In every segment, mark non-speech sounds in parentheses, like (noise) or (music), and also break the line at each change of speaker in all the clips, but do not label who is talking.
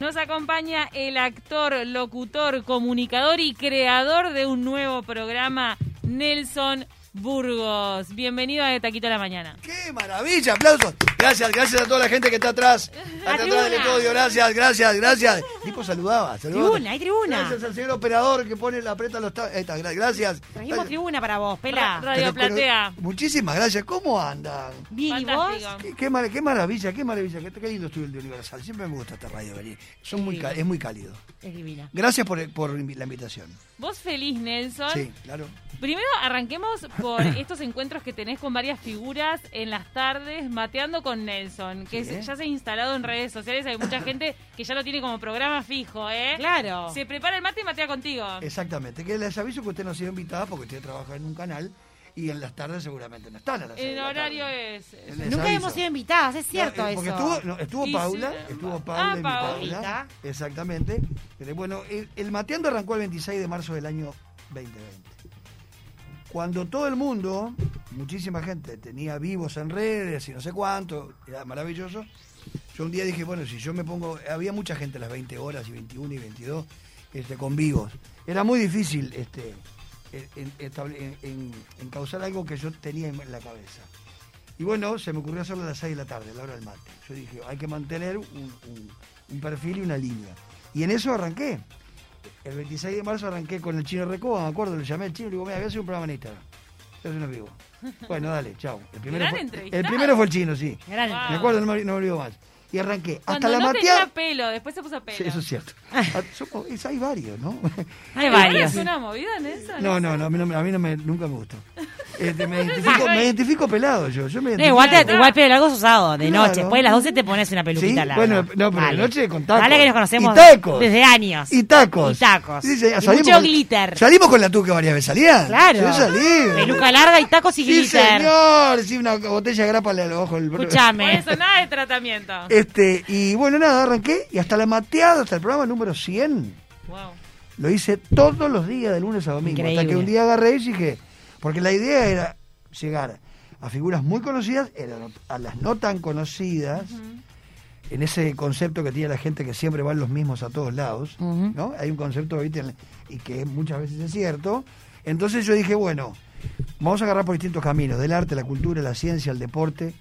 Nos acompaña el actor, locutor, comunicador y creador de un nuevo programa, Nelson Burgos. Bienvenido a De Taquito a la Mañana.
¡Qué maravilla! ¡Aplausos! Gracias, gracias a toda la gente que está
(laughs)
atrás. Está atrás del
tribuna.
estudio. Gracias, gracias, gracias. El tipo saludaba, saludaba.
Tribuna, hay tribuna.
Gracias al señor operador que pone la aprieta los tab- Ahí está, gra- gracias.
Trajimos tribuna para vos,
Ra-
pela.
Radio
Pero- pero-
Platea.
muchísimas gracias. ¿Cómo andan?
Bien, ¿y vos?
Fantástico.
Qué, qué mar- qué maravilla, qué maravilla. Qué, qué lindo estudio el de Universal. Siempre me gusta esta radio venir. Son muy ca- es muy cálido.
Es divina.
Gracias por, por invi- la invitación.
Vos feliz, Nelson.
Sí, claro.
Primero arranquemos
(coughs)
por estos encuentros que tenés con varias figuras en las tardes, mateando con Nelson, que
Sí.
se- ya se ha instalado en redes sociales. Hay mucha gente que ya lo tiene como programa fijo, ¿eh?
Claro.
Se prepara el mate y matea contigo.
Exactamente. Que les aviso que usted no ha sido invitada porque usted trabaja en un canal y en las tardes seguramente no están a las seis de
El
la
horario
tarde.
es.
Les
Nunca
aviso.
hemos sido invitadas, es cierto
No, eh,
eso.
Porque estuvo, no, estuvo
Y
Paula,
sí,
estuvo
ah,
Paula
Paulita.
invitada, Exactamente. Pero bueno, el, el mateando arrancó el 26 de marzo del año 2020. Cuando todo el mundo, muchísima gente, tenía vivos en redes y no sé cuánto, era maravilloso. Yo un día dije, bueno, si yo me pongo, había mucha gente a las 20 horas y 21 y 22 este, con vivos. Era muy difícil este, en- en- estable- en- en- encauzar algo que yo tenía en la cabeza. Y bueno, se me ocurrió hacerlo a las 6 de la tarde, a la hora del mate. Yo dije, hay que mantener un, un- un perfil y una línea. Y en eso arranqué. El 26 de marzo arranqué con el chino Recoba, me acuerdo, le llamé al chino y le digo, mira, voy a hacer un programa en Instagram. Voy a hacer uno
(laughs)
en vivo. Bueno, dale, chao. El primero,
Gran
fue,
entrevistado.
el primero fue el chino, sí.
Gran
Wow.
Me acuerdo, no me, no me olvido más. Y arranqué.
Cuando
Hasta la
no tenía
mateada.
pelo, después se puso pelo.
Sí, eso es
(laughs)
cierto. Ah, somos- es- hay varios, ¿no?
Hay
Igual
varios.
Es una movida, Nelson.
No, no, no, a mí, no me- a mí no me- nunca me gustó. Este, (laughs) me, identifico, me identifico pelado yo. yo me
No, igual, te-
identifico.
igual pelo largo es usado, de
Claro.
noche. Después de las 12 te pones una peluquita
Sí,
larga.
bueno, no, pero de noche con tacos.
Vale que nos conocemos
Y tacos.
desde años.
Y tacos.
Y tacos.
Sí, sí,
Y
salimos
mucho
con-
glitter.
Salimos con la tuca varias veces. Salía.
Claro.
Yo salí.
Peluca larga y tacos y
Sí,
glitter.
señor. Sí, una botella de grapa al ojo. El...
Por
Escuchame.
eso, nada de tratamiento.
Este, y bueno, nada, arranqué. Y hasta la mateada, hasta el programa número 100.
Wow.
Lo hice todos los días, de lunes a domingo. Hasta
Increíble.
que un día agarré y dije. Porque la idea era llegar a figuras muy conocidas, era a las no tan conocidas, en ese concepto que tiene la gente que siempre van los mismos a todos lados,
Ujú.
¿no? Hay un concepto ¿viste? en la- y que muchas veces es cierto. Entonces yo dije, bueno, vamos a agarrar por distintos caminos, del arte, la cultura, la ciencia, el deporte.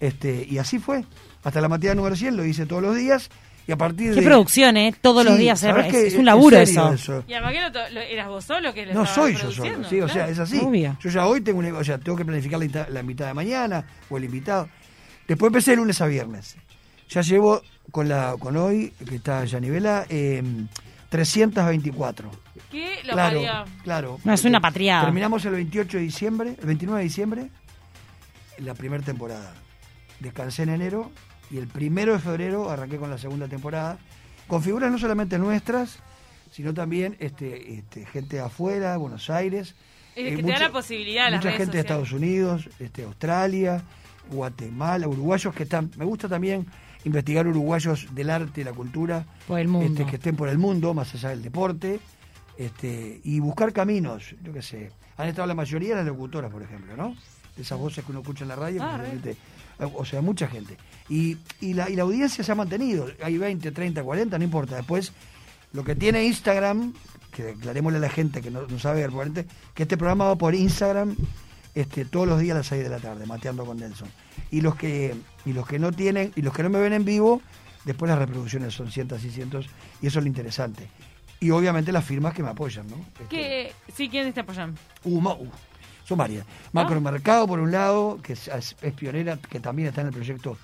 Este, y así fue. Hasta la materia número 100 lo hice todos los días y a partir
Qué
de
producción, ¿eh? Todos los
Sí,
días. hacer-
¿sabés
Es,
qué?
es un
En
laburo
serio
eso.
¿Y a Vaquero to- lo- eras vos solo que le
No
estabas
soy yo solo,
produciendo?
sí, o sea,
Claro.
es así.
Obvio.
Yo ya hoy tengo un, o sea, tengo que planificar la, inta- la mitad de mañana o el invitado. Después empecé de lunes a viernes. Ya llevo con la con hoy, que está em, ya nivela, 324.
¿Qué lo
claro,
parió?
claro.
No, es una patriada.
Terminamos el 28 de diciembre, el 29 de diciembre, la primera temporada. Descansé en enero y el primero de febrero arranqué con la segunda temporada, con figuras no solamente nuestras, sino también este, este, gente de afuera, Buenos Aires.
Es
eh,
que te
mucha-
da la posibilidad las
Mucha
redes
gente de
sociales.
Estados Unidos, este, Australia, Guatemala, uruguayos que están... Me gusta también investigar uruguayos del arte y la cultura
Por el mundo.
este, que estén por el mundo, más allá del deporte, este, y buscar caminos, yo qué sé. Han estado la mayoría de las locutoras, por ejemplo, ¿no? De esas voces que uno escucha en la radio,
Ah,
que
re.
realmente- o sea, mucha gente. Y, y la, y la audiencia se ha mantenido, hay 20, 30, 40, no importa. Después, lo que tiene Instagram, que declarémosle a la gente que no, no sabe, de repente, que este programa va por Instagram este, todos los días a las 6 de la tarde, mateando con Nelson. Y los que, y los que no tienen, y los que no me ven en vivo, después las reproducciones son cientos y cientos, y eso es lo interesante. Y obviamente las firmas que me apoyan, ¿no? Este,
¿Qué- Sí, ¿quiénes te apoyan?
Uh, ma- uh, son varias. Macromercado, por un lado, que es, es- es pionera, que también está en el proyecto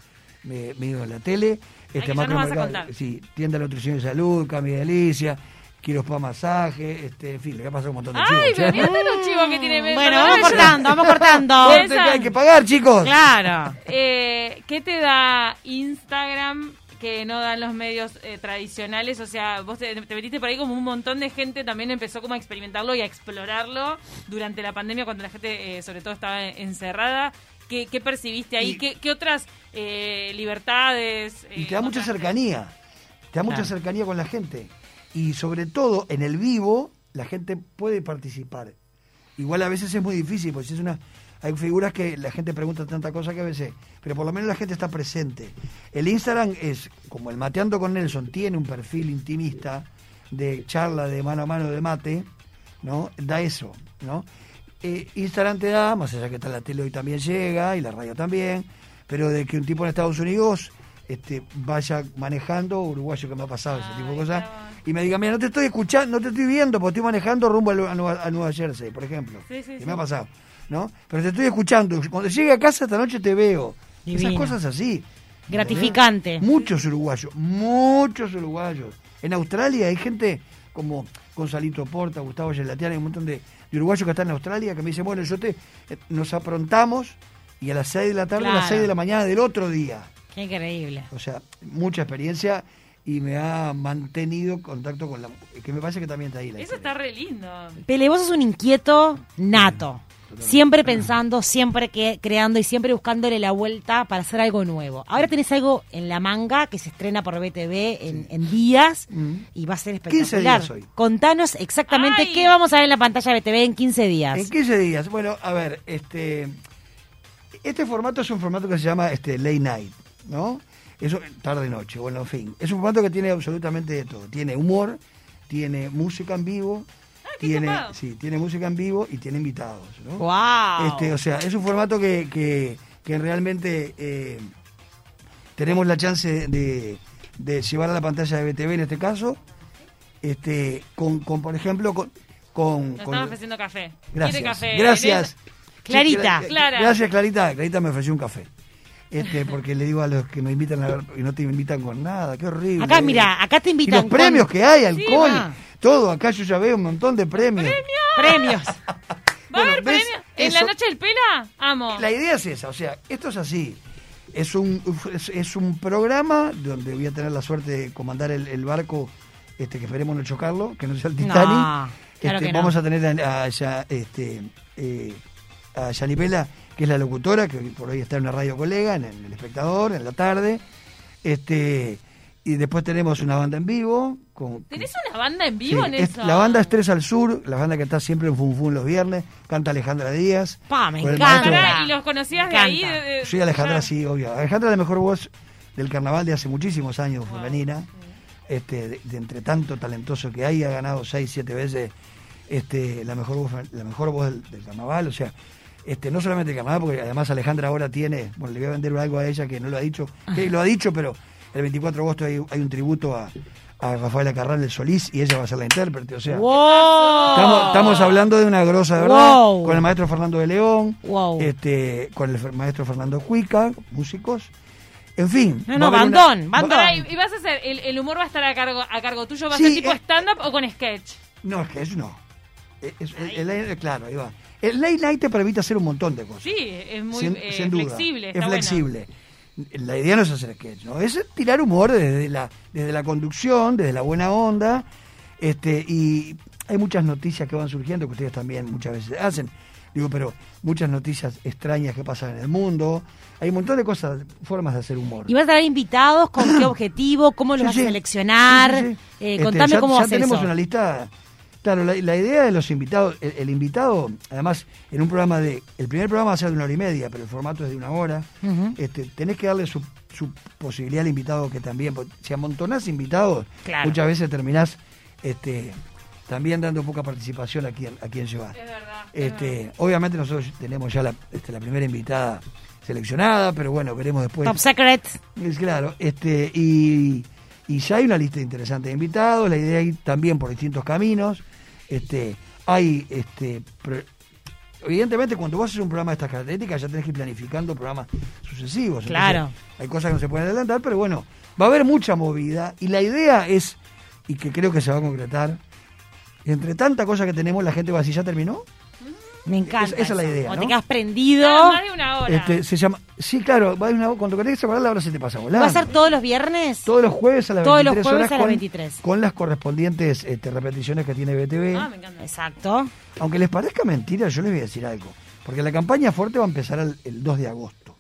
me- mío en la tele. Este
Ay, que ya nos vas a contar.
sí, tienda de nutrición y salud, Cami Delicia, Quiropa Masaje, este, en fin, le ha pasado un montón de
¡Ay,
chivos,
pero
¿eh? (laughs)
mira todos los chivos que tiene
Mm. Bueno,
Perdóname,
vamos
yo-
cortando, vamos cortando.
Corte que hay que pagar, chicos.
Claro.
Eh, ¿Qué te da Instagram que no dan los medios eh, tradicionales? O sea, vos te, te metiste por ahí como un montón de gente también empezó como a experimentarlo y a explorarlo durante la pandemia cuando la gente eh, sobre todo estaba en- encerrada. ¿Qué, qué percibiste ahí?
Y-
¿Qué, qué otras eh, libertades?
Y
eh,
te da mucha
encontraste?
cercanía. Te da mucha
Claro.
cercanía con la gente. Y sobre todo, en el vivo, la gente puede participar. Igual a veces es muy difícil, porque si es una, hay figuras que la gente pregunta tanta cosa que a veces, pero por lo menos la gente está presente. El Instagram es, como el Mateando con Nelson tiene un perfil intimista de charla de mano a mano de mate, ¿no? Da eso, ¿no? Eh, Instagram te da, más allá que está la tele hoy también llega y la radio también, pero de que un tipo en Estados Unidos este, vaya manejando, uruguayo que me ha pasado ese
Ay,
tipo de cosas,
está bueno.
y me diga, mira, no te estoy escuchando, no te estoy viendo, porque estoy manejando rumbo a, Lu- a Nueva, a Nueva Jersey, por ejemplo,
Sí, sí,
que
sí.
me ha pasado, ¿no? Pero te estoy escuchando, cuando llegue a casa esta noche te veo, esas
Divino.
cosas así.
Gratificante.
Muchos uruguayos, muchos uruguayos. En Australia hay gente como Gonzalito Porta, Gustavo Gelatiana, hay un montón de, de uruguayos que están en Australia que me dicen, bueno, yo te eh, nos aprontamos y a las 6 de la tarde, a las
Claro.
6 de la mañana del otro día.
Qué increíble.
O sea, mucha experiencia y me ha mantenido contacto con la... que me parece que también está ahí la
Eso
historia.
está re lindo.
Pele, vos sos un inquieto nato.
Mm, Totalmente.
Siempre pensando, siempre que, creando y siempre buscándole la vuelta para hacer algo nuevo. Ahora tenés algo en la manga que se estrena por BTV en, en días
Mm.
y va a ser
15
espectacular.
días hoy.
Contanos exactamente
Ay.
qué vamos a ver en la pantalla de BTV en 15 días.
En 15 días. Bueno, a ver, este. Este formato es un formato que se llama este, Late Night, ¿no? Eso, tarde noche, bueno, en fin. Es un formato que tiene absolutamente de todo. Tiene humor, tiene música en vivo,
Ah, qué
tiene,
copado.
sí, tiene música en vivo y tiene invitados, ¿no?
¡Wow!
Este, o sea, es un formato que, que- que realmente eh, tenemos la chance de, de llevar a la pantalla de BTV en este caso, este, con, con, por ejemplo, con... con-
Nos
con-
están ofreciendo café.
Gracias.
¿Quiere café? ¿eh?
Gracias.
Clarita.
Sí,
Clara.
Gracias, Clarita. Clarita me ofreció un café. Este, porque le digo a los que me invitan a ver y no te invitan con nada, qué horrible.
Acá, mira, acá
eh,
te
Y
invitan.
los premios
con-
que hay, alcohol,
va.
todo. Acá yo ya veo un montón de premios. (laughs)
Premios.
¿Va a
Bueno,
haber
¿ves?
premio? ¿En la
Eso-
noche del pela? Amo.
La idea es esa, o sea, esto es así. Es un, es, es un programa donde voy a tener la suerte de comandar el, el barco, este, que esperemos no chocarlo, que no sea el
No,
Titanic.
claro
Este,
que no.
vamos a tener a, a ya- este, eh, a Yanipela, que es la locutora, que hoy por hoy está en una radio colega, en, el espectador, en la tarde. Este, y después tenemos una banda en vivo. Con,
¿Tenés una banda en vivo
Sí,
en
es-
eso?
La banda Estrés al Sur, la banda que está siempre en Fun Fun los viernes, canta Alejandra Díaz.
Pa, me
con el
encanta.
maestro-
Pará, ¿y los conocías de
Me
ahí?
encanta.
De- Ah. de-
Sí, Alejandra,
claro.
sí, obvio. Alejandra es la mejor voz del carnaval de hace muchísimos años, femenina. Este, de, de entre tanto talentoso que hay, ha ganado seis, siete veces este, la mejor voz, la mejor voz del, del carnaval. O sea, este, no solamente el carnaval, porque además Alejandra ahora tiene, bueno, le voy a vender algo a ella que no lo ha dicho, que lo ha dicho, pero el 24 de agosto hay, hay un tributo a, a Rafaela Carral del Solís y ella va a ser la intérprete. O sea,
¡Wow!
Estamos, estamos hablando de una grosa, de ¿verdad?
Oh. Wow.
Con el maestro Fernando de León,
Wow.
este, con el fer- maestro Fernando Cuica, músicos. En fin.
No, no,
va a haber
bandón,
va- ah,
bandón.
Pará, ¿y, y vas a hacer, el, el humor va a estar a cargo, a cargo tuyo? ¿Va
Sí,
a ser tipo
eh,
stand-up o con sketch?
No, es que es no. Es- es- el- el- claro, ahí va. El late night te permite hacer un montón de cosas.
Sí, es muy
sin,
eh,
sin duda.
flexible.
Es
está bueno.
flexible. La idea no es hacer sketch, ¿no? Es tirar humor desde la, desde la conducción, desde la buena onda. Este, y hay muchas noticias que van surgiendo, que ustedes también muchas veces hacen. Digo, pero muchas noticias extrañas que pasan en el mundo. Hay un montón de cosas, formas de hacer humor.
¿Y vas a estar invitados? ¿Con
(coughs)
qué objetivo? ¿Cómo los
Sí,
vas
sí.
a seleccionar?
Sí, sí, sí.
Eh,
Este,
contame
ya,
cómo
ya
va a ser
tenemos
eso.
una lista. Claro, la, la idea de los invitados, el, el invitado, además, en un programa de. El primer programa va a ser de una hora y media, pero el formato es de una hora.
Ujú.
este, tenés que darle su, su posibilidad al invitado que también. porque Si amontonás invitados,
Claro.
muchas veces terminás este, también dando poca participación a quien, a quien llevar.
Es verdad. es verdad.
Este, obviamente nosotros tenemos ya la, este, la primera invitada seleccionada, pero bueno, veremos después.
Top Secret.
Es claro, este, y, y ya hay una lista interesante de invitados, la idea ir también por distintos caminos. Este, hay este pro- evidentemente cuando vos haces un programa de estas características ya tenés que ir planificando programas sucesivos. Entonces,
Claro.
hay cosas que no se pueden adelantar, pero bueno, va a haber mucha movida y la idea es, y que creo que se va a concretar, entre tanta cosa que tenemos, la gente va a decir, ¿ya terminó?
Me
esa
encanta.
es la
eso.
idea,
O
¿no?
te quedas
Ah,
prendido.
más de una hora.
Este, se llama, sí, claro, va a haber una, cuando querés separar la hora se te pasa volando.
¿Va a ser todos los viernes?
Todos los jueves a las
Todos los
23
jueves
horas
a las
con,
23.
con las correspondientes este, repeticiones que tiene BTV.
Ah, me encanta.
Exacto.
Aunque les parezca mentira, yo les voy a decir algo. Porque la campaña fuerte va a empezar al- el, 2 de agosto.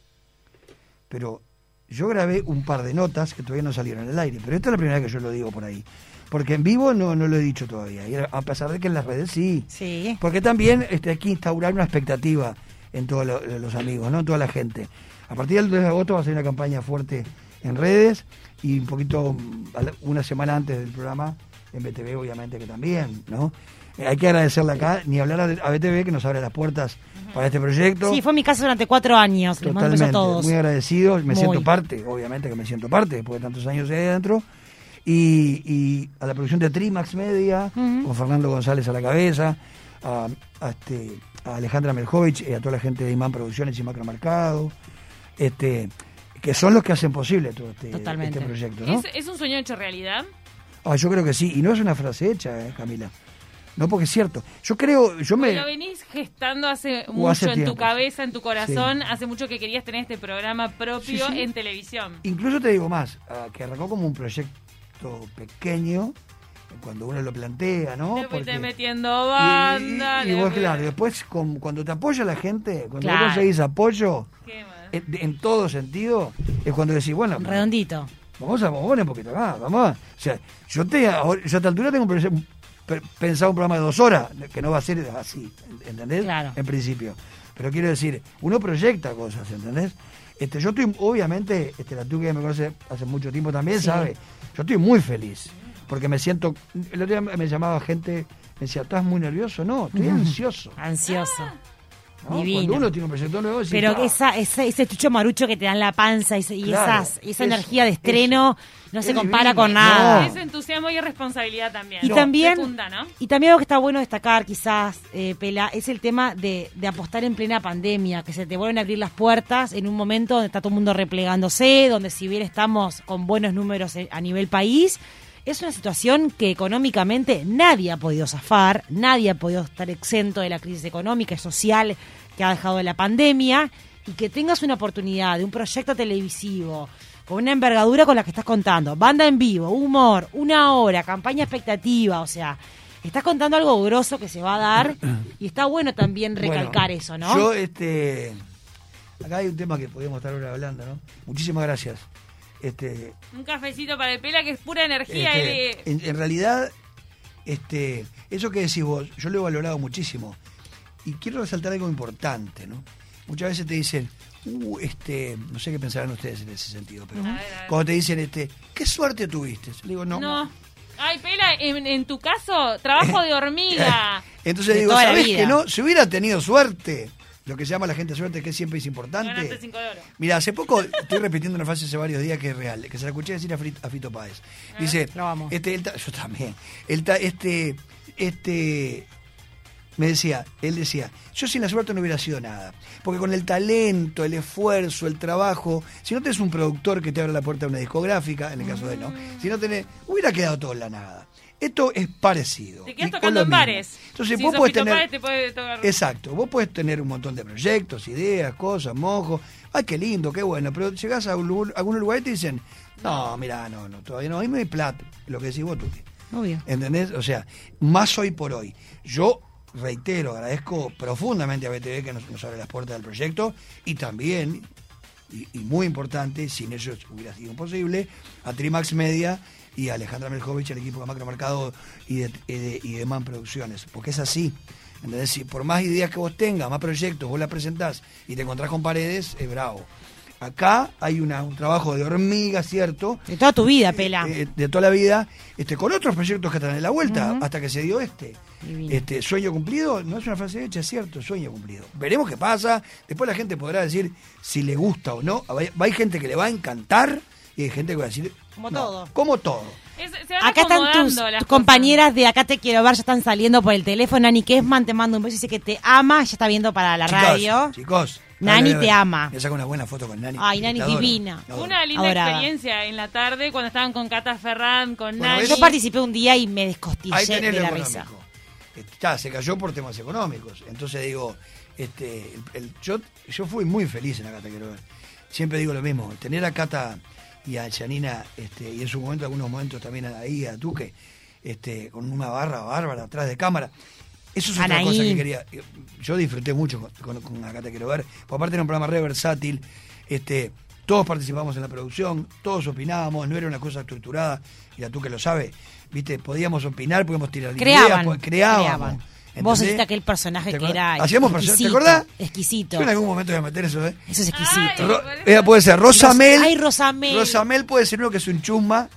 Pero yo grabé un par de notas que todavía no salieron al aire. Pero esta es la primera vez que yo lo digo por ahí. Porque en vivo no, no lo he dicho todavía. y a pesar de que en las redes sí.
Sí.
Porque también este, hay que instaurar una expectativa en todos lo- los amigos, ¿no? Toda la gente. A partir del 2 de agosto va a ser una campaña fuerte en redes y un poquito mm, a la- una semana antes del programa en BTV, obviamente que también, ¿no? Eh, Hay que agradecerle acá, ni hablar a a BTV que nos abre las puertas para este proyecto.
Sí, fue mi caso durante cuatro años. Les mando un beso
Totalmente,
a todos.
muy agradecido, me
Muy.
siento parte, obviamente que me siento parte, después de tantos años ahí adentro. Y, y a la producción de Trimax Media,
Ujú.
con Fernando González a la cabeza, a, a este, a Alejandra Meljovic y a toda la gente de Imán Producciones y Macromercado, este, que son los que hacen posible todo este,
Totalmente.
este proyecto. ¿no?
¿Es, es un sueño hecho realidad?
Ah, yo creo que sí, y no es una frase hecha, eh, Camila. No, porque es cierto. Yo creo, yo me...
Lo venís gestando hace
O
mucho
hace
en tu
tiempo.
cabeza, en tu corazón. Hace mucho que querías tener este programa propio
Sí, sí.
en televisión.
Incluso te digo más, ah, que arrancó como un proyecto pequeño, cuando uno lo plantea, ¿no?
Te fuiste
Porque-
metiendo
y-
banda.
y, y
le
vos,
fuiste-
claro, después con- cuando te apoya la gente, cuando
Claro.
vos conseguís apoyo,
Qué mal.
en, en todo sentido, es cuando decís, bueno,
Redondito.
vamos a mover un poquito más, vamos. a- O sea, yo, te, ahora- yo a esta altura tengo un proye- un- pe- pensado un programa de dos horas, que no va a ser así, ¿entendés?
Claro.
En principio. Pero quiero decir, uno proyecta cosas, ¿entendés? Este, yo estoy, obviamente, este, la tú que me conoce hace mucho tiempo también sabe, yo estoy muy feliz, porque me siento, el otro día me llamaba gente, me decía, ¿estás muy nervioso? No, estoy
(laughs)
ansioso.
Ansioso.
Ah, ¿no?
divino.
Cuando uno tiene un proyecto nuevo, decís,
Pero
"Ah".
esa, esa- ese estucho marucho que te dan la panza y, ese- y
Claro,
esas, esa
eso,
energía de estreno no
Es
se compara
divino,
con nada.
no.
Es entusiasmo y responsabilidad también.
Ah. Y también,
Fecunda, ¿no?
y también algo que está bueno destacar, quizás, eh, Pela, es el tema de, de apostar en plena pandemia, que se te vuelven a abrir las puertas en un momento donde está todo el mundo replegándose, donde si bien estamos con buenos números eh, a nivel país, es una situación que económicamente nadie ha podido zafar, nadie ha podido estar exento de la crisis económica y social que ha dejado la pandemia, y que tengas una oportunidad de un proyecto televisivo, con una envergadura con la que estás contando. Banda en vivo, humor, una hora, campaña expectativa, o sea, estás contando algo grosso que se va a dar y está bueno también recalcar
Bueno,
eso, ¿no?
Yo, este. Acá hay un tema que podemos estar ahora hablando, ¿no? Muchísimas gracias. Este,
Un cafecito para el Pela que es pura energía.
este,
él, eh,
en, en realidad, este, eso que decís vos, yo lo he valorado muchísimo. Y quiero resaltar algo importante, ¿no? Muchas veces te dicen, "Uh, este, no sé qué pensarán ustedes en ese sentido, pero
A ver, a ver.
cuando te dicen, este, ¿qué suerte tuviste? Yo le digo, no.
no. Ay, Pela, en, en tu caso, trabajo de hormiga.
(laughs) Entonces
De
digo,
toda la
¿sabés
vida.
que no? Si hubiera tenido suerte, lo que se llama la gente suerte, que siempre es importante.
Ganaste cinco de oro.
Mira, hace poco estoy repitiendo una frase hace varios días que es real, que se la escuché decir a, Frit- a Fito Páez.
Ah,
Dice,
Lo amo.
este, el ta- yo también. El ta- este, este, me decía, él decía, yo sin la suerte no hubiera sido nada, porque con el talento, el esfuerzo, el trabajo, si no tenés un productor que te abra la puerta de una discográfica, en el caso de él, no,
Mm.
si no tenés, hubiera quedado todo en la nada. Esto es parecido.
Te quedas
y con
tocando
lo
en
mismo.
bares.
Entonces
si
vos
sos
podés
Fito
tener
Páez, te puede tocar.
Exacto, vos puedes tener un montón de proyectos, ideas, cosas, mojos. Ay, qué lindo, qué bueno, pero llegás a, un lugar, a algún lugar y te dicen, no, mirá, no, no, todavía no, ahí me plata, lo que decís vos, tú.
Obvio.
¿Entendés? O sea, más hoy por hoy. Yo reitero, agradezco profundamente a BTV que nos, nos abre las puertas del proyecto y también, y, y muy importante, sin ellos hubiera sido imposible, a Trimax Media y a Alejandra Meljovic, el equipo de Macro Mercado y de, y de- y de Man Producciones, porque es así. ¿Entendés? Si por más ideas que vos tengas, más proyectos, vos las presentás y te encontrás con paredes, es bravo. Acá hay una- un trabajo de hormiga, ¿cierto?
De toda tu vida, Pela.
eh, de toda la vida, este, con otros proyectos que están en la vuelta, hasta que se dio este.
Divino.
Este, sueño cumplido, no es una frase hecha, es cierto, sueño cumplido. Veremos qué pasa, después la gente podrá decir si le gusta o no. Hay, hay gente que le va a encantar y hay gente que va a decir...
Como
no,
todo.
Como todo.
Es- se van
Acá están
acomodando
tus,
las
tus
cosas.
compañeras de Acá Te Quiero Ver, ya están saliendo por el teléfono. Nani Kesman te mando un beso, dice que te ama, ya está viendo para la
Chicos,
radio.
Chicos.
Nani
dale, dale,
te
dale.
ama.
Me saco una buena foto con Nani.
Ay, Nani
La adoro,
divina.
la adoro.
Una linda
Adorada.
experiencia en la tarde cuando estaban con Cata Ferran, con
Bueno,
Nani.
¿ves?
Yo participé un día y me descostillé
Ahí tenés
de
lo
la
económico.
risa.
Está, Eh, se cayó por temas económicos. Entonces digo, este, el- el- yo, yo fui muy feliz en la Cata Quiero Ver. Siempre digo lo mismo, tener a Cata y a Janina, este, y en su momento, algunos momentos también ahí, a Duque, este, con una barra bárbara atrás de cámara. Eso es otra
Anaí.
cosa que quería. eh, Yo disfruté mucho con, con, con Acá Te Quiero Ver. Porque aparte era un programa re versátil. Este, todos participamos en la producción, todos opinábamos, no era una cosa estructurada. Mira, tú que lo sabes, ¿viste? Podíamos opinar, podíamos tirar
Creaban,
ideas, po- pues, creábamos.
creaban. Vos
¿Entendés?
hiciste aquel personaje
¿Te
que
acordás?
era
Hacíamos personajes, ¿te
exquisito,
acordás?
Exquisito.
Yo en algún momento voy a meter eso, ¿eh?
Eso es exquisito.
Ay,
Ro-
por eso-
ella puede ser Rosamel.
Ay, Rosamel.
Rosamel puede ser uno que es un chusma,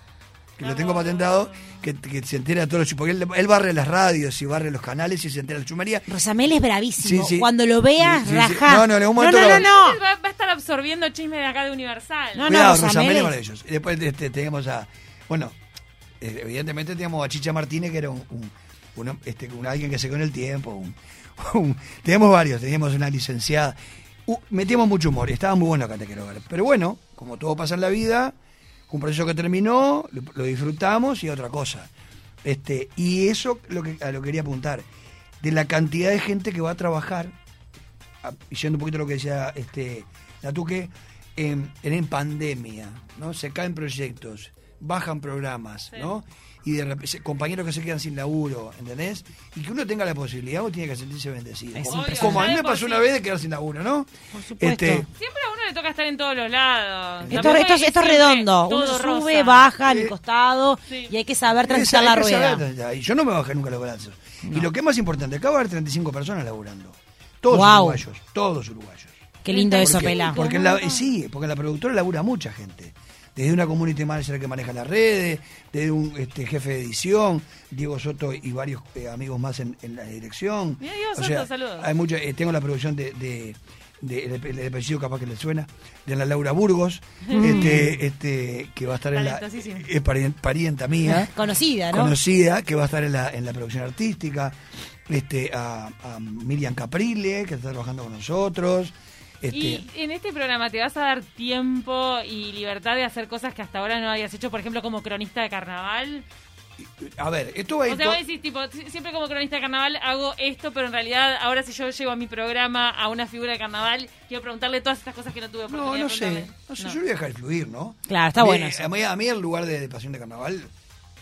que lo tengo patentado, que, que se entera de todos los chus- Porque él, él barre las radios y barre los canales y se entera de la chumería.
Rosamel es bravísimo.
Sí, sí.
Cuando lo veas,
Sí, sí, sí.
rajá.
No, no, en algún momento
no,
lo-
no, no, no.
Va, va a estar absorbiendo chisme de acá de Universal.
No,
Cuidado,
Rosamel
Rosamel es
es-
maravilloso. Y después este, teníamos a. Bueno, eh, evidentemente teníamos a Chicha Martínez, que era un, un- un- este, un alguien que se con el tiempo. un- (laughs) un- teníamos varios, teníamos una licenciada. U- metíamos mucho humor y estaba muy bueno acá, te quiero ver. Pero bueno, como todo pasa en la vida, un proceso que terminó, lo, lo disfrutamos y otra cosa. Este, y eso lo que, a lo que quería apuntar, de la cantidad de gente que va a trabajar a- y yendo un poquito a lo que decía este, la Tuque, en, en pandemia, ¿no? Se caen proyectos, bajan programas, ¿no? Y de repente, compañeros que se quedan sin laburo, ¿entendés? Y que uno tenga la posibilidad, uno tiene que sentirse bendecido.
Es
Como,
impresionante.
como a mí me
Por
pasó
sí.
una vez de quedar sin laburo, ¿no? Este,
Por supuesto.
Siempre a uno le toca estar en todos los lados.
Esto,
Tampoco
esto,
es que
esto es
siempre
redondo. Uno
todo
sube,
rosa.
baja al
Eh,
costado
sí.
y hay que saber
Esa-
transitar
hay
la
que
rueda.
saber transitar. Y yo no me bajé nunca los balances. Y lo que es más importante, acaba de haber 35 personas laburando. Todos
Guau.
uruguayos, todos uruguayos.
Qué lindo eso,
porque,
Pela.
Porque en la,
Ah.
eh, sí, porque en la productora labura mucha gente. Desde una community manager que maneja las redes, desde un este, jefe de edición, Diego Soto y varios eh, amigos más en, en la dirección.
Mira, Diego
O
Soto,
sea,
saludos.
Hay mucha, eh, tengo la producción de, de, de- el, el apellido capaz que le suena, de la
(laughs)
Laura Burgos, este, este, que va a estar en la
Talentosísima.
es parien-
(laughs)
parienta mía
Conocida, ¿no?
¿eh? conocida que va a estar en la, en la producción artística, este, a, a Miriam Caprile, que está trabajando con nosotros. Este,
Y en este programa te vas a dar tiempo y libertad de hacer cosas que hasta ahora no habías hecho, por ejemplo, como cronista de carnaval.
a ver, esto va a ir
O sea,
to-
vos decís, tipo, si- siempre como cronista de carnaval hago esto, pero en realidad ahora si yo llego a mi programa a una figura de carnaval, quiero preguntarle todas estas cosas que no tuve oportunidad
No, no
de
sé.
preguntarle.
No sé,
No.
yo lo voy a dejar fluir, ¿no?
Claro, está
A mí-
bueno eso.
A mí, a mí el lugar de, de pasión de carnaval,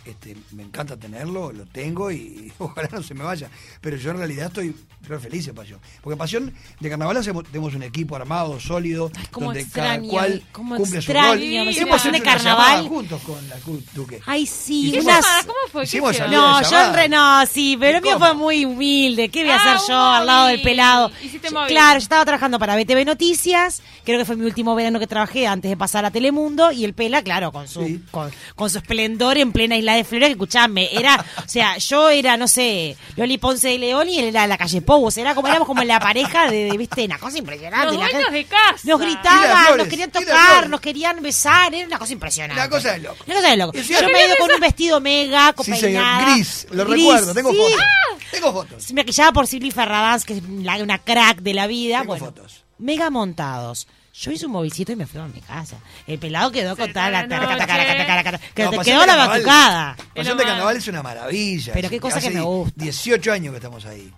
este, me encanta tenerlo, lo tengo y (laughs) ojalá no se me vaya. Pero yo en realidad estoy re feliz en pasión. Porque en pasión de carnaval hacemos, tenemos un equipo armado, sólido,
Ay, cómo
donde cada
extraño,
cual
cómo
cumple
extraño,
su rol.
me
Hemos
Pasión de
hecho una
Carnaval.
llamada juntos con la Cruz Duque.
Ay,
Y
sí.
¿Qué
Hicimos-
unas-
llamada? ¿Cómo fue? ¿Qué
hicimos
hicieron?
salida
No,
de
yo
llamada.
en re- no, sí, pero el mío
¿Cómo?
fue muy humilde. ¿Qué voy a
Ah,
hacer
un
yo al lado del
móvil.
pelado?
Hiciste
Yo-
móvil.
claro, yo estaba trabajando para BTV Noticias, creo que fue mi último verano que trabajé antes de pasar a Telemundo, y el pela, claro, con su,
Sí.
con, con su esplendor en plena isla de Flores, que escuchame, era, o sea, yo era, no sé, Loli Ponce de León y él era la calle Pobos, era como, éramos como la pareja de, de, viste, una cosa impresionante.
Los
la
dueños
gente-
de casa.
Nos
Y las
gritaban,
flores,
nos querían
y las
tocar,
flores.
nos querían besar, era una cosa impresionante.
Una cosa de loco.
Una cosa de loco.
Y si
Yo
alguien
me he ido con un vestido mega, con
Sí, señor.
peinada.
Gris, lo
Gris,
recuerdo, tengo
sí. Ah.
fotos. Tengo fotos.
Se maquillaba por Silvi Ferradans, que es la- una crack de la vida.
Tengo
bueno,
fotos.
Mega montados. Yo hice un movilcito y me fui a mi casa. El pelado quedó con
Se
toda la
fue la
taca, taca, taca,
noche.
taca, taca, taca, que
No,
te
Pasión
quedó
de
la
Carnaval-
batucada.
Pasión
Era
de
mal.
carnaval es una maravilla.
Pero qué cosa
Hace
que me gusta.
18 años que estamos ahí.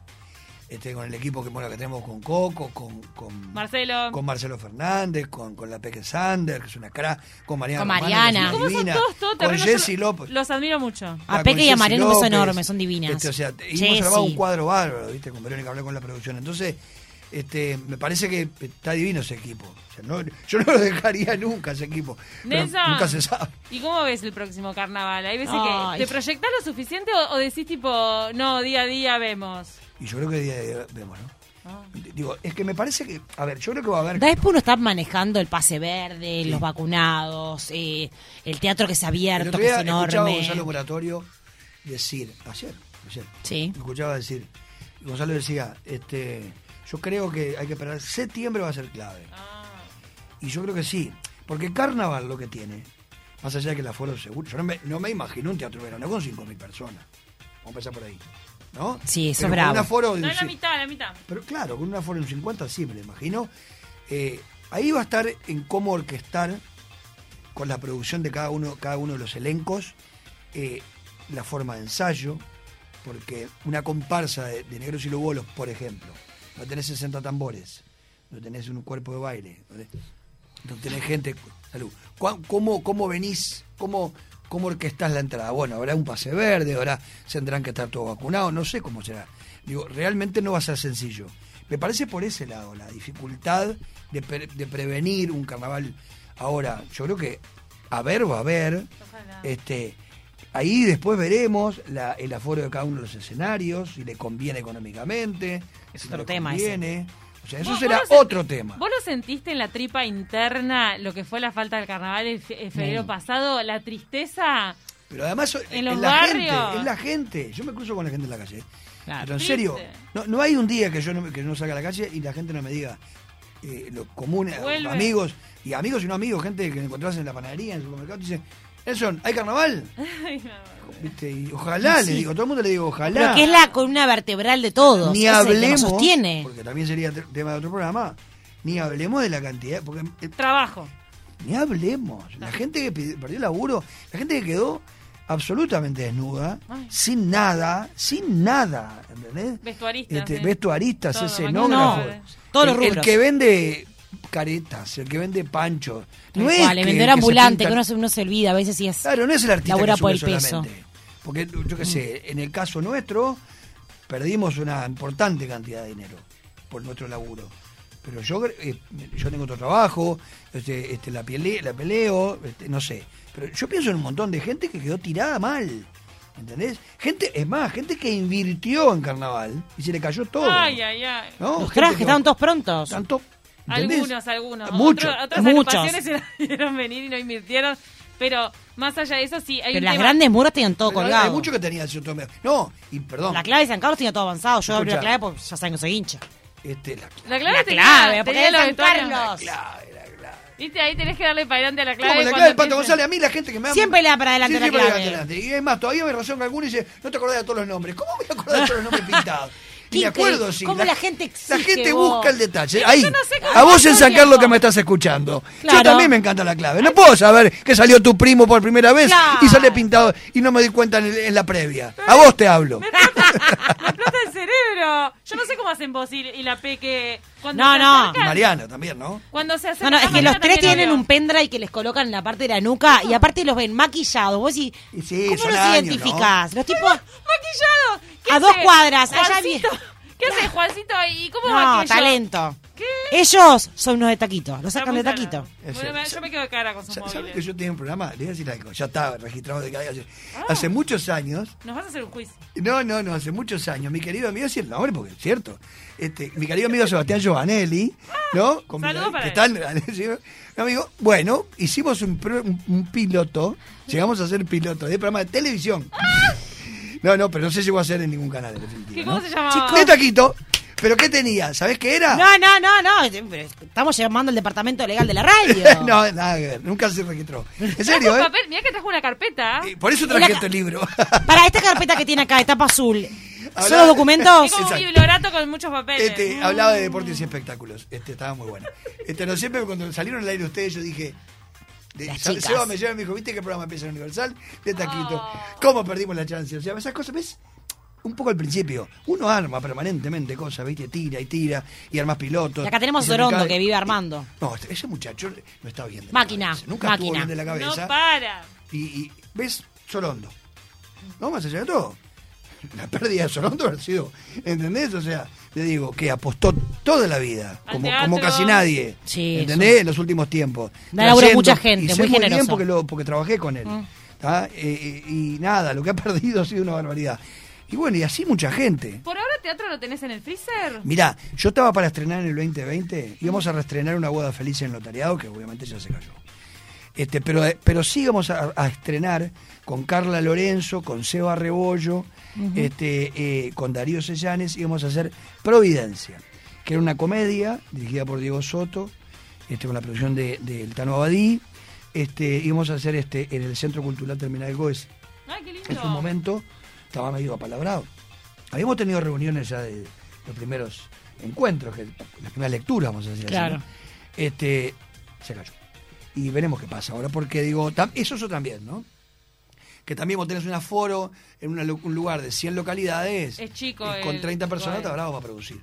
Este, con el equipo que, bueno, que tenemos con Coco, con, con
Marcelo.
con Marcelo Fernández, con, con la Peque Sander, que es una cara, con Mariana.
Con
Romano, que
Mariana.
es
¿Cómo son
divina,
todos todo
Con
terreno?
Jessy
Yo
López.
Los admiro mucho.
A
Ah,
Peque
con
y a
Jessy
Mariana, un beso
López.
enorme, son divinas.
Este, o sea, te- hemos armado
Jessy.
un cuadro bárbaro, ¿viste? Con Verónica hablé con la producción. Entonces, este, me parece que está divino ese equipo. O sea, no- yo no lo dejaría nunca ese equipo. Pero
Nelson.
nunca se sabe.
¿Y cómo ves el próximo carnaval? Hay veces
Ay.
que te proyectas lo suficiente o, o decís tipo, no, día a día vemos.
Y yo creo que día de- vemos, ¿no?
Ah.
Digo, es que me parece que. A ver, yo creo que va a haber.
Después uno está manejando el pase verde, los vacunados, eh, el teatro que se ha
El
abierto,
otro
que es
día escuchaba a
enorme.
Gonzalo Moratorio decir, ayer, ayer,
Sí.
me escuchaba decir, y Gonzalo decía, este, yo creo que hay que esperar, septiembre va a ser clave. Y yo creo que sí, porque Carnaval lo que tiene, más allá de que el aforo seguro, yo no me, no me imagino un teatro verano con 5.000 personas. Vamos a empezar por ahí. ¿No?
Sí,
Pero
eso es
con
bravo.
Un aforo de
No,
un
la
cin-
mitad, la mitad.
Pero claro, con una Ford en 50 sí, me lo imagino. Eh, ahí va a estar en cómo orquestar con la producción de cada uno, cada uno de los elencos, eh, la forma de ensayo, porque una comparsa de, de negros y lugolos, por ejemplo, no tenés 60 tambores, no tenés un cuerpo de baile, no tenés, no tenés gente. Salud. Cuá- ¿Cómo, cómo venís? ¿Cómo, ¿Cómo orquestás la entrada? Bueno, habrá un pase verde, ahora tendrán que estar todos vacunados, no sé cómo será. Digo, realmente no va a ser sencillo. Me parece por ese lado, la dificultad de, pre- de prevenir un carnaval. Ahora, yo creo que a ver va a haber.
Eh,
Ojalá.
Este, Ahí después veremos la- el aforo de cada uno de los escenarios, si le conviene económicamente.
Es
si
otro
le
tema ese.
conviene. O sea, eso
¿Vos-
será
vos lo sen-
otro tema.
¿Vos lo sentiste en la tripa interna lo que fue la falta del carnaval en fe- en febrero
Mm.
pasado? La tristeza.
Pero además eh,
En los
es la
barrios.
gente, es la gente. Yo me cruzo con la gente en la calle. eh.
Claro.
Pero en
Triste.
serio, no, no hay un día que yo no, que no salga a la calle y la gente no me diga eh, lo común, eh,
Vuelve.
amigos, y amigos y no amigos, gente que encontrás en la panadería, en el supermercado, te dicen, Nelson, ¿hay carnaval?
(laughs) Ay, no.
¿Viste? Y ojalá,
(laughs) Sí.
le digo, todo el mundo le digo, ojalá.
Lo que es la columna vertebral de todo.
ni
que nos
hablemos,
sostiene.
porque también sería te- tema de otro programa, ni hablemos de la cantidad, porque eh,
Trabajo.
ni hablemos. La gente que pi- perdió el laburo, la gente que quedó absolutamente desnuda,
Ay.
sin nada, sin nada, ¿entendés?
Vestuaristas,
Este,
eh.
vestuaristas,
Todo,
escenógrafos.
maquilladores.
eh, Todos los
El- El,
rubros.
que vende caretas, el que vende pancho. No es
Igual,
que
el
el que
vendedor
se
ambulante,
pinta-
que uno se, uno se olvida, a veces sí es.
Claro, no es el artista
labura
que
por
sube
el peso.
solamente. Porque, yo qué sé, en el caso nuestro, perdimos una importante cantidad de dinero por nuestro laburo. Pero yo eh, yo tengo otro trabajo, este, este, la, pele- la peleo, este, no sé. Pero yo pienso en un montón de gente que quedó tirada mal. ¿Entendés? Gente, es más, gente que invirtió en carnaval y se le cayó todo.
Ay, ay, ay.
¿no?
Los
Gente
trajes
que-
estaban todos prontos.
tanto. ¿entendés?
Algunos, algunos.
Mucho.
Otro- otras
Muchos.
agrupaciones (laughs) se la vieron venir y no invirtieron. Pero más allá de eso, sí, hay
Pero
un
las
tema-
grandes muros tenían todo
Pero hay-
colgado.
Hay mucho que tenía cierto miedo. No, y perdón.
La clave de San Carlos tenía todo avanzado. Yo abrí la
Escuchá.
clave porque ya saben que soy hincha.
Este, la
La clave,
La
tenía-
clave, porque
tenía
es
los
San
vestuarios.
Carlos.
clave, la clave.
Viste, ahí tenés que darle para adelante a la clave.
Como la clave
cuando
del Pato
empiece.
González, a mí la gente que me ama.
Siempre le da para adelante
Sí,
la
siempre le da
clave.
para adelante. Y es más, todavía me razón con alguno y dice, no te acordás de todos los nombres. ¿Cómo me voy a acordar de todos los nombres pintados?
(laughs)
Y me
Qué
acuerdo,
increíble.
sí.
Cómo la gente
La
exige,
gente
vos.
busca el detalle. Ahí.
no sé cómo
a vos
pasó
en
el
San Carlos
tiempo.
que me estás escuchando. Yo
Claro.
también me encanta la clave. No puedo saber que salió tu primo por primera vez y
Claro.
sale pintado y no me di cuenta en, el- en la previa. A vos te hablo.
Me (laughs) explota el cerebro. Yo no sé cómo hacen vos y, y la Peque. Cuando
No,
se
no.
acercan-
Mariana también, ¿no?
Cuando se hace
No, no, es que los tres tienen un pendrive que les colocan en la parte de la nuca y aparte los ven maquillados. Vos y
Y sí,
¿cómo
son
los
años,
identificás? Los tipos
maquillado. ¿Qué
A
hace
dos cuadras, allá
Juancito?
bien.
¿Qué hace Juancito? ¿Y cómo va
no,
aquello?
talento.
¿Qué?
Ellos son unos de taquito, los
Está
sacan
muy
de
sano.
taquito.
Es
Bueno,
cierto.
yo me quedo de cara con sus
Sa- ¿Sabes que
móviles.
yo tenía un programa? Le voy a decir algo. Ya estaba registrado de cada hace,
Ah.
hace muchos años.
Nos vas a hacer un juicio.
No, no, no, hace muchos años. Mi querido amigo, sí, el nombre porque es cierto. Este, mi querido amigo Sebastián Giovanelli, ¿no? Con mi-
saludos para
que
él.
están- (laughs) ¿sí? Mi amigo, bueno, hicimos un, pro- un- un piloto, llegamos a ser piloto de programa de televisión. No, no, pero no se llegó a hacer en ningún canal, en definitiva,
¿Qué,
¿no?
¿Cómo se llamaba?
De taquito. ¿Pero qué tenía? ¿Sabés qué era?
No, no, no, no. Estamos llamando al departamento legal de la radio.
(laughs)
(laughs)
no, nada que ver, nunca se registró. En
Trajo
serio,
un
¿eh?
papel. Mirá que trajo una carpeta. ¿ah?
Y Por eso traje
Era-
este libro.
Para esta carpeta que tiene acá, de tapa azul, ¿son
Hablaba-
los
Es
documentos?
como un
Exacto.
bibliorato con muchos papeles.
Este, hablaba de deportes
Mm.
y espectáculos. Este, estaba muy bueno. Este, no siempre cuando salieron al aire ustedes, yo dije. de-
Las
Sa-
chicas.
Seba me lleva y me dijo, ¿viste que el programa empieza en Universal? De Taquito.
Ah.
Oh.
¿Cómo perdimos la chance? O sea, esas cosas, ¿ves? Un poco al principio. Uno arma permanentemente cosas, ¿viste? Tira y tira y armas pilotos.
Y acá
Y
tenemos a
se
Sorondo,
cae.
que vive armando.
No, este- ese muchacho no está bien. de la
Máquina,
cabeza. Nunca estuvo
máquina.
bien de la cabeza.
No para.
Y, y, ves Sorondo. No, más allá de todo. (laughs) La pérdida de Sorondo ha sido, ¿entendés? O sea, le digo que apostó toda la vida,
Al
como,
teatro.
como casi nadie,
Sí,
¿entendés? En los últimos tiempos.
Da laburo a
Trayendo,
mucha gente,
y sé
muy
bien
generoso.
porque, lo, porque trabajé con él.
Mm.
¿tá? Eh, eh, y nada, lo que ha (laughs) perdido ha sido una barbaridad. Y bueno, y así mucha gente.
¿Por ahora teatro lo tenés en el freezer?
Mirá, yo estaba para estrenar en el 2020, íbamos a reestrenar una boda feliz en notariado, que obviamente ya se cayó. Este, pero, pero sí íbamos a, a estrenar con Carla Lorenzo, con Seba Rebollo, este, eh, con Darío Sellanes, íbamos a hacer Providencia, que era una comedia dirigida por Diego Soto, este, con la producción de, de El Tano Abadí. Este, íbamos a hacer este, en el Centro Cultural Terminal Goes
Ay, qué lindo.
en su momento estaba medio apalabrado. Habíamos tenido reuniones ya de los primeros encuentros, que- las primeras lecturas, vamos a decir así,
Claro.
¿no? Este, se cayó. Y veremos qué pasa ahora, porque digo, tam- eso eso también, ¿no? Que también vos tenés un aforo en una lu- un lugar de 100 localidades.
Es chico
y con
el
30 personas te
lugar.
habrá para producir.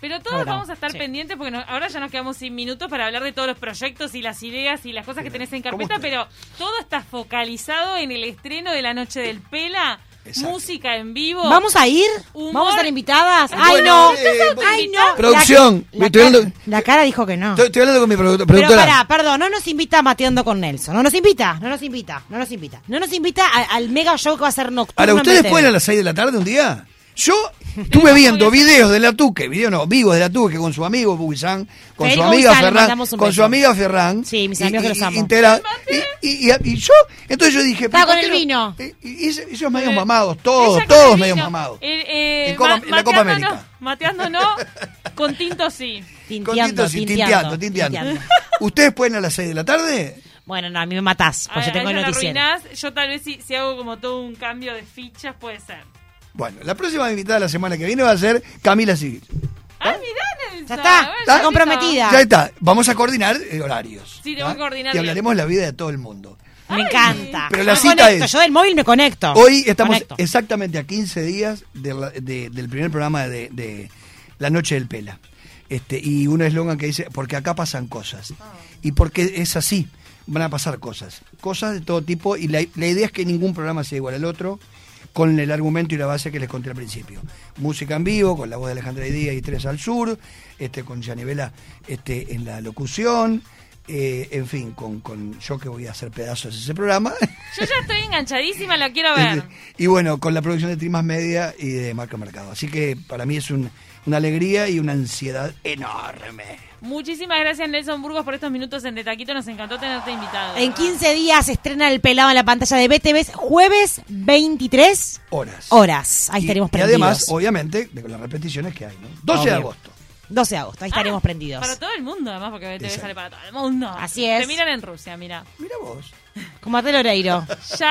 Pero todos
Ahora,
vamos a estar
sí.
pendientes porque no- ahora ya nos quedamos sin minutos para hablar de todos los proyectos y las ideas y las cosas que tenés en
¿Cómo
carpeta,
usted?
pero todo está focalizado en el estreno de la noche del Pela.
Exacto.
música en vivo.
¿Vamos a ir?
Humor.
¿Vamos a estar invitadas?
Bueno, eh,
¡Ay, no!
estás
¡Ay, no!
Producción,
La,
estoy
ca- la,
hablando-
cara, la cara dijo que no.
Estoy, estoy hablando con mi produ-
Pero
productora.
pará, perdón, no nos invita a Mateando con Nelson. No nos invita, no nos invita, no nos invita. No nos invita a- al mega show que va a ser nocturno.
Ahora,
en
¿ustedes
Belgrano.
pueden a las 6 de la tarde un día? Yo estuve viendo videos de la Tuque, videos no, vivos de la Tuque con su amigo Buizán, con
Federico
su amiga
Buizán, le
Ferran,
mandamos un
con
beso.
su amiga Ferran.
Sí, mis amigos que los amo.
intera- y, y- y- y yo, entonces yo dije...
Estaba
¿por
con
qué
el
no?
vino.
Eh, Y, y ese- esos medios
Eh,
mamados, todos,
ella con
todos
el
medios
vino.
mamados.
Eh, eh,
En Copa-
ma-
en la Copa
mateando
América.
no, mateando no, con tinto sí.
Tinteando,
Con tintos y tinteando, tinteando.
tinteando.
¿Ustedes pueden a las 6 de la tarde?
Bueno, no, a mí me matás,
A-
pues
a
yo tengo el
Ah, ella la
noticiero.
arruinás. Yo tal vez si, si hago como todo un cambio de fichas puede ser.
Bueno, la próxima invitada de la semana que viene va a ser Camila Sigrid.
Ah, mirá, Nelson.
Ya está,
bueno,
está
listo.
comprometida.
Ya está, vamos a coordinar eh, horarios.
Sí, tenemos
¿ah?
que coordinar
Y
bien.
hablaremos de la vida de todo el mundo.
Me encanta.
Pero la
Me
cita
conecto,
es-
Yo del móvil me conecto.
Hoy estamos
Conecto.
exactamente a 15 días de la- de- del primer programa de, de La Noche del Pela. Este, y un eslogan que dice, porque acá pasan cosas. Y porque es así, van a pasar cosas. Cosas de todo tipo. Y la, la idea es que ningún programa sea igual al otro, con el argumento y la base que les conté al principio. Música en vivo, con la voz de Alejandra Díaz y Tres al Sur, este, con Yanivela este, en la locución. eh, en fin, con, con yo que voy a hacer pedazos de ese programa. (laughs)
Yo ya estoy enganchadísima, la quiero ver.
Este, Y bueno, con la producción de Trimas Media y de Marca Mercado. Así que para mí es un- una alegría y una ansiedad enorme.
Muchísimas gracias Nelson Burgos por estos minutos en De Taquito, nos encantó tenerte invitado.
En 15 días se estrena el pelado en la pantalla de BTV, jueves 23
Horas.
horas. Ahí estaremos
y, y
prendidos.
además, obviamente, de las repeticiones que hay, ¿no? 12 de
Obvio.
agosto.
12 de agosto, ahí estaremos
Ah,
prendidos.
Para todo el mundo, además, porque BTV
Exacto.
sale para todo el mundo.
Así es.
Te miran en Rusia, mira.
Mira vos.
Como a Tel Oreiro.
Ya